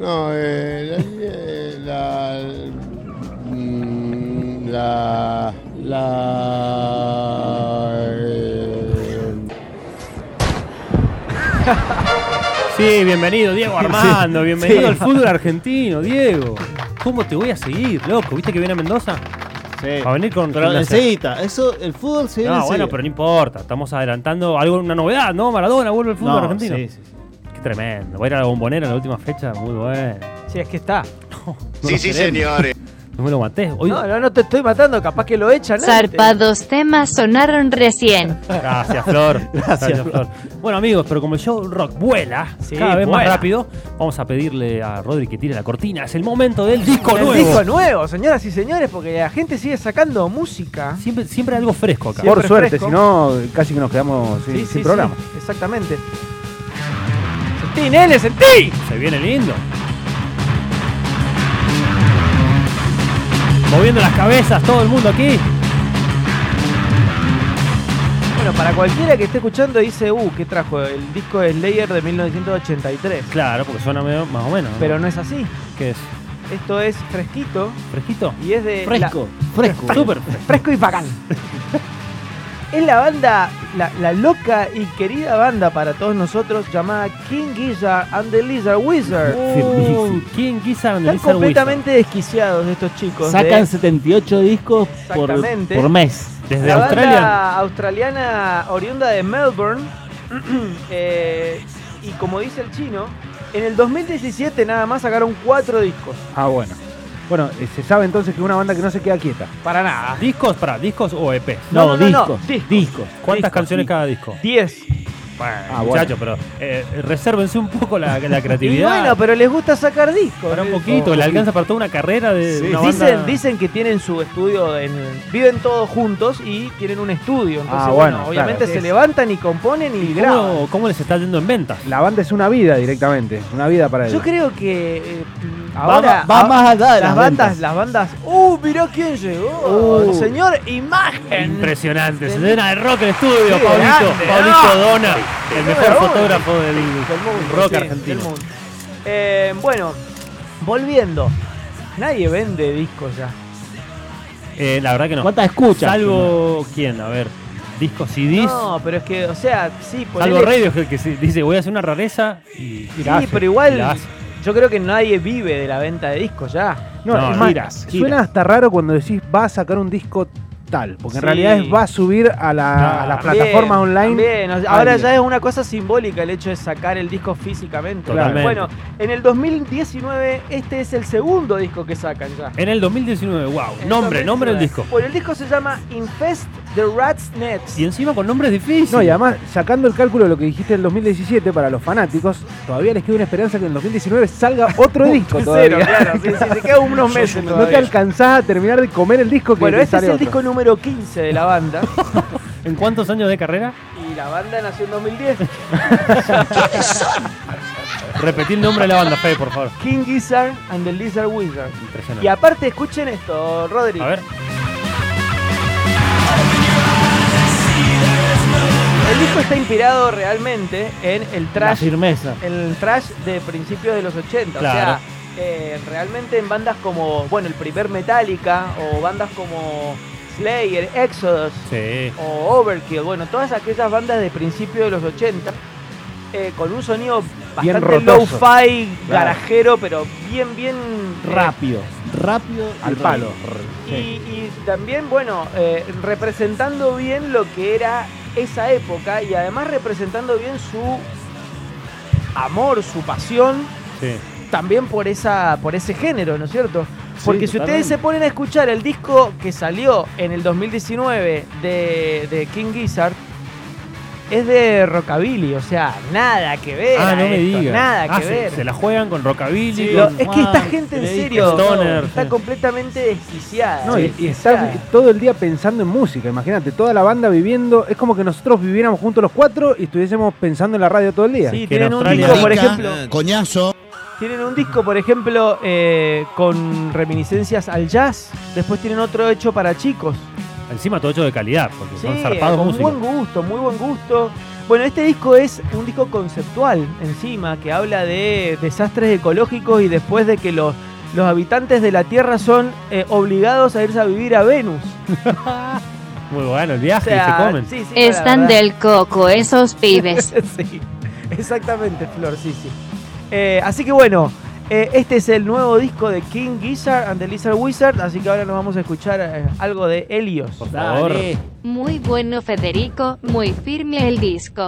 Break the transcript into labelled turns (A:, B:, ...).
A: No, eh, la, eh, la, mm, la, la, eh,
B: Sí, bienvenido, Diego Armando.
C: Sí.
B: Bienvenido
C: Sí.
B: al fútbol argentino, Diego. ¿Cómo te voy a seguir, loco? ¿Viste que viene a Mendoza?
C: Sí.
B: Va a venir con.
C: Pero
B: con la-
C: enseguida, eso, el fútbol se viene
B: No, bueno,
C: enseguida.
B: pero no importa. Estamos adelantando algo, una novedad, ¿no? Maradona vuelve al fútbol
C: No,
B: argentino.
C: sí, sí, sí.
B: Qué tremendo. Va a ir a la bombonera en la última fecha. Muy bueno.
D: Sí, es que está.
B: No lo
E: Sí, sí,
B: queremos.
E: señores.
B: No me lo maté. Hoy...
D: No, no, no te estoy matando, capaz que lo echan. antes.
F: Zarpados temas sonaron recién.
B: Gracias, Flor. Gracias,
C: Flor.
B: Flor. Bueno, amigos, pero como el show rock vuela
D: Sí,
B: cada vez
D: vuela.
B: más rápido, vamos a pedirle a Rodri que tire la cortina. Es el momento del disco
D: El
B: nuevo.
D: disco nuevo, señoras y señores, porque la gente sigue sacando música.
B: Siempre, siempre algo fresco acá.
D: Sí.
G: Por suerte,
D: fresco.
G: si no, casi que nos quedamos sin,
D: Sí,
G: sin
D: sí, sí,
G: programa.
D: exactamente. Sentí, Nele, sentí.
B: Se viene lindo. Moviendo las cabezas, todo el mundo aquí.
D: Bueno, para cualquiera que esté escuchando dice, uh, ¿qué trajo? El disco de Slayer de 1983.
B: Claro, porque suena medio- más o menos. ¿no?
D: Pero no es así.
B: ¿Qué es?
D: Esto es fresquito
B: ¿Fresquito?
D: y es de... Eh, la-
C: Fresco, fresco.
B: Súper fresco.
D: fresco y bacán. es la banda, la, la loca y querida banda para todos nosotros llamada King Gizzard and the Lizard Wizard.
B: Uh, ¿Quién quiso
D: Están completamente desquiciados estos chicos. de-
C: Sacan 78 discos por,
D: Exactamente.
C: por mes.
B: Desde
D: la
B: Australia.
D: banda australiana oriunda de Melbourne. eh, y como dice el chino, en el 2017 nada más sacaron cuatro discos.
G: Ah, bueno. Bueno, eh, se sabe entonces que una banda que no se queda quieta.
D: Para nada.
B: ¿Discos? Para, ¿discos o E EP?
C: No,
D: No, no, no,
C: discos,
D: no, discos.
C: discos.
B: ¿Cuántas
D: Discos,
B: canciones
D: sí.
B: cada disco?
D: 10.
B: Bueno,
G: Ah, bueno.
B: muchachos, pero eh, resérvense un poco la, la
D: Y
B: creatividad.
D: bueno, pero les gusta sacar discos.
B: para un
D: Les-
B: poquito, le alcanza para toda una carrera de
G: Sí.
B: una
D: dicen,
B: banda-
D: dicen que tienen su estudio, en, viven todos juntos y tienen un estudio. Entonces,
G: Ah,
D: bueno,
G: bueno,
D: obviamente se
G: claro.
D: levantan y componen y graban.
B: ¿Cómo, cómo les está yendo en ventas?
G: La banda es una vida directamente, una vida para
D: Yo
G: ellos.
D: creo que eh,
C: Va,
D: ahora
C: va
D: a-
C: más allá de
D: las,
C: las
D: bandas,
C: ventas.
D: las bandas. ¡Uh, mirá quién llegó!
C: Uh.
D: Señor Imagen.
B: Impresionante, se llena de rock el estudio,
D: Qué
B: Paulito,
D: grande, Ah.
B: Paulito
D: ¿no?
B: Dona, el mejor
D: número uno.
B: fotógrafo del
D: Del mundo,
B: rock
D: sí,
B: argentino.
D: del mundo. Eh, bueno, volviendo. Nadie vende discos ya.
B: Eh, la verdad que no.
C: ¿Cuántas escuchas?
B: Salvo quién, a ver, discos CDs,
D: No, pero es que, o sea, sí,
B: salvo
D: ponele-
B: Radio que se- dice voy a hacer una rareza y, y la
D: Sí,
B: hace,
D: pero
B: y la
D: igual
B: hace.
D: yo creo que nadie vive de la venta de discos ya.
G: No,
B: No,
G: es más,
C: giras,
G: suena
C: giras.
G: hasta raro cuando decís va a sacar un disco tal, porque en
D: Sí.
G: realidad es va a subir a, la- a las
D: También,
G: plataformas online.
D: también. O sea, ahora
G: Ahí.
D: ya es una cosa simbólica el hecho de sacar el disco físicamente.
B: Totalmente.
D: Bueno, en el 2019 este es el segundo disco que sacan ya. eh,
B: En el 2019, wow, nombre, nombre del disco.
D: Bueno, el disco se llama Infest the Rat's Nets.
B: Y encima con nombres difíciles.
G: No, y además, sacando el cálculo de lo que dijiste del 2017 para los fanáticos, todavía les queda una esperanza que en el 2019 salga otro disco
D: Cero,
G: todavía.
D: claro, sí, sí, se queda unos meses
G: No te
D: todavía.
G: alcanzás a terminar de comer el disco que
D: Bueno,
G: te
D: este es
G: sale
D: el
G: otro.
D: disco número 15 de la banda.
B: ¿En cuántos años de carrera?
D: y la banda nació en 2010.
B: Repetí el nombre de la banda, Fede, por favor.
D: King Gizzard and the Lizard Wizard. Y
B: Impresionante.
D: aparte, escuchen esto, Rodri.
B: A ver,
D: El disco está inspirado realmente en el
C: La
D: trash,
C: firmeza.
D: el trash de principios de los 80.
B: Claro.
D: O sea, eh, realmente en bandas como, bueno, el primer Metallica o bandas como Slayer, Exodus
B: sí.
D: o Overkill, bueno, todas aquellas bandas de principios de los 80 eh, con un sonido
G: Bien
D: bastante
G: rotoso.
D: low-fi, garajero, pero bien, bien eh,
C: Rápido, rápido. y
G: Al palo.
D: Y, y también, bueno, eh, representando bien lo que era esa época y además representando bien su amor, su pasión
B: sí.
D: también por, esa, por ese género, ¿no es cierto?
C: Sí,
D: Porque si ustedes
C: totalmente.
D: se ponen a escuchar el disco que salió en el 2019 de, de King Gizzard, es de rockabilly, o sea, nada que ver.
B: Ah,
D: a
B: no me
D: esto,
B: digas.
D: Nada
B: Ah,
D: que
B: se,
D: ver.
B: se la juegan con rockabilly. con-
D: Sí, lo- es que esta
C: Wow,
D: gente en
C: Freddy
D: serio
B: Stoner,
D: está
B: sí.
D: completamente desquiciada.
G: No, y, y
D: desquiciada.
G: estar todo el día pensando en música, imagínate, toda la banda viviendo, es como que nosotros viviéramos juntos los cuatro y estuviésemos pensando en la radio todo el día.
D: Sí,
B: que
D: tienen
B: en
D: un
B: Australia-
D: disco, por
E: Marica,
D: ejemplo,
E: eh, Coñazo.
D: tienen un disco, por ejemplo, eh, con reminiscencias al jazz. Después tienen otro hecho para chicos.
B: Encima todo hecho de calidad, porque
D: Sí,
B: son
D: con
B: zarpados músicos.
D: buen gusto, muy buen gusto. Bueno, este disco es un disco conceptual encima, que habla de desastres ecológicos y después de que los, los habitantes de la Tierra son eh, obligados a irse a vivir a Venus.
B: Muy bueno, el
D: O
B: viaje,
D: sea,
B: se comen.
D: sí, sí, la
F: Están
D: verdad.
F: del coco esos pibes.
D: sí, exactamente, Flor, sí, sí. Eh, así que bueno, eh, este es el nuevo disco de King Gizzard and the Lizard Wizard, así que ahora nos vamos a escuchar eh, algo de Helios.
B: Por favor.
F: Muy bueno Federico, muy firme el disco.